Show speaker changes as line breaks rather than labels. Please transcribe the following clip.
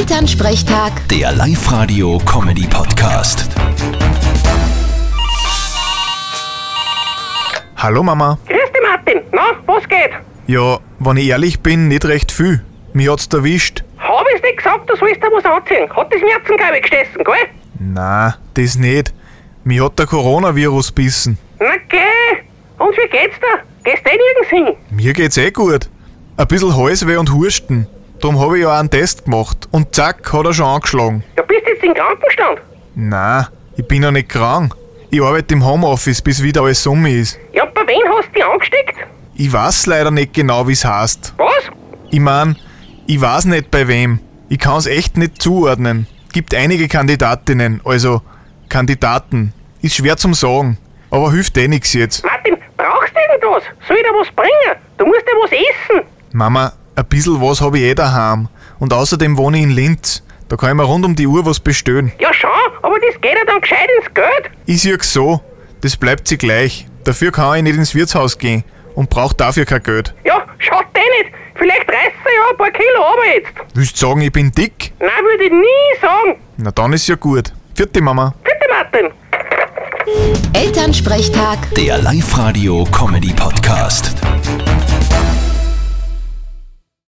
Elternsprechtag,
Der Live-Radio-Comedy-Podcast.
Hallo Mama.
Grüß dich, Martin. Na, was geht?
Ja, wenn ich ehrlich bin, nicht recht viel. Mich hat's erwischt.
Hab ich's nicht gesagt, du sollst dir was anziehen. Hat das Merzen, glaube ich, gestessen, gell?
Na, das nicht. Mich hat der Coronavirus bissen.
Na, geh. Und wie geht's dir? Gehst du eh nirgends hin?
Mir geht's eh gut. Ein bisschen Halsweh und Husten. Drum habe ich ja auch einen Test gemacht. Und zack, hat er schon angeschlagen.
Ja, bist jetzt im Krankenstand.
Na, ich bin ja nicht krank. Ich arbeite im Homeoffice, bis wieder alles um ist.
Ja, bei wen hast du dich angesteckt?
Ich weiß leider nicht genau, wie's heißt.
Was?
Ich mein, ich weiß nicht bei wem. Ich kann's echt nicht zuordnen. Gibt einige Kandidatinnen, also Kandidaten. Ist schwer zum Sagen. Aber hilft eh nix jetzt.
Martin, brauchst du irgendwas? Soll ich dir was bringen? Du musst dir was essen.
Mama, ein bissl was hab ich eh daheim. Und außerdem wohne ich in Linz. Da kann ich mir rund um die Uhr was bestellen.
Ja, schau, aber das geht ja dann gescheit ins Geld.
Ich sieh's so. Das bleibt sie gleich. Dafür kann ich nicht ins Wirtshaus gehen und brauch dafür kein Geld.
Ja, schaut eh nicht. Vielleicht reißt er ja ein paar Kilo ab jetzt.
Willst sagen, ich bin dick?
Nein, würde ich nie sagen.
Na dann ist ja gut. Vierte Mama.
Bitte, Martin.
Elternsprechtag.
Der Live-Radio-Comedy-Podcast.